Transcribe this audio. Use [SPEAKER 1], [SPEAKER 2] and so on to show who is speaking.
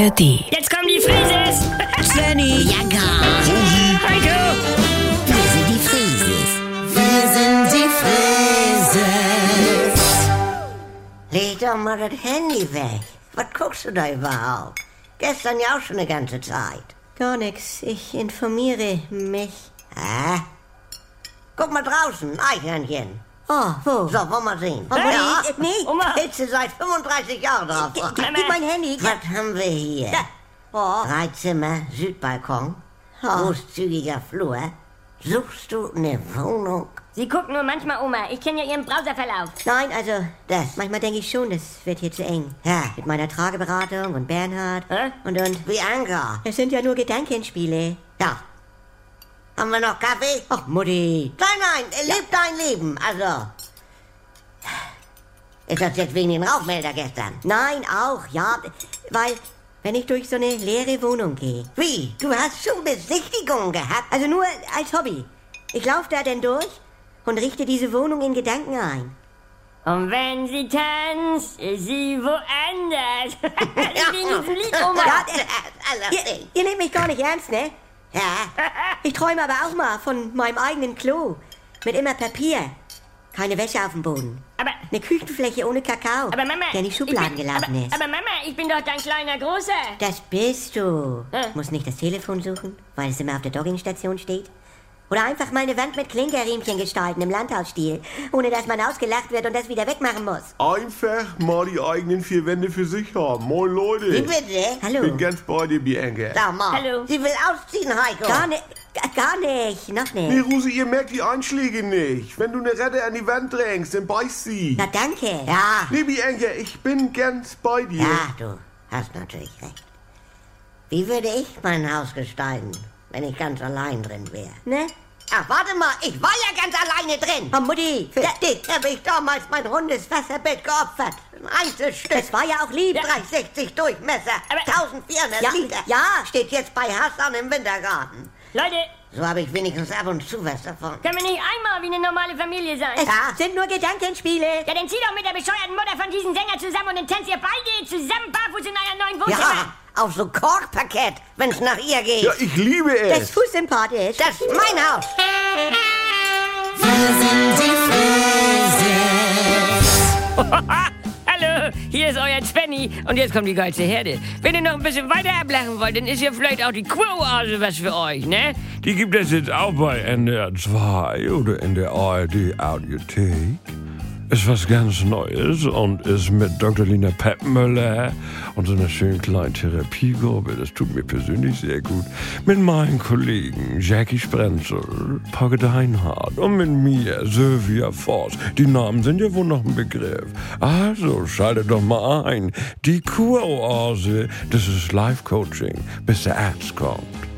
[SPEAKER 1] ARD.
[SPEAKER 2] Jetzt kommen die Frises!
[SPEAKER 3] Svenny,
[SPEAKER 4] Ja, gar.
[SPEAKER 2] Heiko!
[SPEAKER 4] Wir sind die Frieses. Wir sind die Frieses.
[SPEAKER 3] leg doch mal das Handy weg. Was guckst du da überhaupt? Gestern ja auch schon eine ganze Zeit.
[SPEAKER 5] Gar nix. Ich informiere mich.
[SPEAKER 3] Hä? Guck mal draußen, ein Eichhörnchen.
[SPEAKER 5] Oh, wo?
[SPEAKER 3] So, wollen wir sehen.
[SPEAKER 5] Hey,
[SPEAKER 3] ja,
[SPEAKER 5] äh, nee.
[SPEAKER 2] Oma.
[SPEAKER 3] Hitze seit 35 Jahren drauf.
[SPEAKER 5] G- g- Gib mein Handy.
[SPEAKER 3] Was haben wir hier?
[SPEAKER 5] Oh,
[SPEAKER 3] Drei Zimmer, Südbalkon, großzügiger Flur. Suchst du eine Wohnung?
[SPEAKER 2] Sie guckt nur manchmal, Oma. Ich kenne ja ihren Browserverlauf.
[SPEAKER 5] nein, also, das. Manchmal denke ich schon, das wird hier zu eng.
[SPEAKER 3] Ja,
[SPEAKER 5] Mit meiner Trageberatung und Bernhard.
[SPEAKER 2] Hä?
[SPEAKER 5] Und, und.
[SPEAKER 3] wie Anker.
[SPEAKER 5] Es sind ja nur Gedankenspiele.
[SPEAKER 3] Ja. Haben wir noch Kaffee?
[SPEAKER 5] Ach, Mutti.
[SPEAKER 3] Nein, nein, äh, leb dein Leben. Also. Ist das jetzt wegen den Rauchmelder gestern?
[SPEAKER 5] Nein, auch, ja. Weil, wenn ich durch so eine leere Wohnung gehe.
[SPEAKER 3] Wie? Du hast schon Besichtigung gehabt?
[SPEAKER 5] Also nur als Hobby. Ich laufe da denn durch und richte diese Wohnung in Gedanken ein.
[SPEAKER 2] Und wenn sie tanzt, ist sie woanders. Ich bin in diesem Lied, Oma.
[SPEAKER 3] Äh, Ja, äh,
[SPEAKER 5] oh Ihr,
[SPEAKER 3] also,
[SPEAKER 5] ihr nehmt mich gar nicht ernst, ne?
[SPEAKER 3] ja.
[SPEAKER 5] Ich träume aber auch mal von meinem eigenen Klo. Mit immer Papier. Keine Wäsche auf dem Boden.
[SPEAKER 2] Aber,
[SPEAKER 5] Eine Küchenfläche ohne Kakao,
[SPEAKER 2] aber Mama...
[SPEAKER 5] der in die Schubladen
[SPEAKER 2] ich bin,
[SPEAKER 5] geladen
[SPEAKER 2] aber,
[SPEAKER 5] ist.
[SPEAKER 2] Aber Mama, ich bin doch dein kleiner Großer.
[SPEAKER 5] das bist du.
[SPEAKER 2] Äh.
[SPEAKER 5] Muss nicht das Telefon suchen, weil es immer auf der Doggingstation steht. Oder einfach mal eine Wand mit Klinkerriemchen gestalten im Landhausstil, ohne dass man ausgelacht wird und das wieder wegmachen muss.
[SPEAKER 6] Einfach mal die eigenen vier Wände für sich haben. Moin
[SPEAKER 3] Wie
[SPEAKER 6] Leute.
[SPEAKER 3] bitte?
[SPEAKER 5] Hallo.
[SPEAKER 6] Bin ganz bei dir, Bianca.
[SPEAKER 3] Sag mal.
[SPEAKER 2] Hallo.
[SPEAKER 3] Sie will ausziehen, Heiko.
[SPEAKER 5] Gar, ni ga- gar nicht, noch nicht.
[SPEAKER 6] Nee, Ruse, ihr merkt die Einschläge nicht. Wenn du eine Rette an die Wand drängst, dann beißt sie.
[SPEAKER 5] Na danke.
[SPEAKER 3] Ja.
[SPEAKER 6] Nee, Bianca, ich bin ganz bei dir.
[SPEAKER 3] Ja, du hast natürlich recht. Wie würde ich mein Haus gestalten, wenn ich ganz allein drin wäre?
[SPEAKER 5] Ne?
[SPEAKER 3] Ach, warte mal, ich war ja ganz alleine drin.
[SPEAKER 5] Oh, Mutti,
[SPEAKER 3] Für dich habe ich damals mein rundes Wasserbett geopfert. Ein Einzelstück.
[SPEAKER 5] das war ja auch lieb.
[SPEAKER 3] 360 Durchmesser,
[SPEAKER 2] Aber-
[SPEAKER 3] 1400
[SPEAKER 5] Ja,
[SPEAKER 3] Liter.
[SPEAKER 5] ja.
[SPEAKER 3] Steht jetzt bei Hassan im Wintergarten.
[SPEAKER 2] Leute,
[SPEAKER 3] So habe ich wenigstens ab und zu was davon.
[SPEAKER 2] können wir nicht einmal wie eine normale Familie sein?
[SPEAKER 5] Es
[SPEAKER 3] Ja.
[SPEAKER 5] sind nur Gedankenspiele.
[SPEAKER 2] ja, dann zieh doch mit der bescheuerten Mutter von diesem Sänger zusammen und dann tanzt ihr beide zusammen barfuß in einer neuen Wohnzimmer.
[SPEAKER 3] Ja, auf so Korkparkett, wenn's nach ihr geht.
[SPEAKER 6] Ja, ich liebe
[SPEAKER 5] Das ist
[SPEAKER 6] es.
[SPEAKER 5] fußsympathisch.
[SPEAKER 3] Das ist mein Haus.
[SPEAKER 4] Wir sind die Frieses.
[SPEAKER 7] Hallo, hier ist euer Svenny und jetzt kommt die geilste Herde. Wenn ihr noch ein bisschen weiter ablachen wollt, dann ist hier vielleicht auch die Quo-Oase was für euch, ne?
[SPEAKER 8] Die gibt es jetzt auch bei NDR 2 oder in der ARD Audiothek. Ist was ganz Neues und ist mit Dr. Lina Peppmüller und so einer schönen kleinen Therapiegruppe, das tut mir persönlich sehr gut, mit meinen Kollegen Jackie Sprenzel, Pogge Deinhardt und mit mir Sylvia Voss. Die Namen sind ja wohl noch ein Begriff. Also schaltet doch mal ein. Die Kuroase, das ist Life-Coaching, bis der Arzt kommt.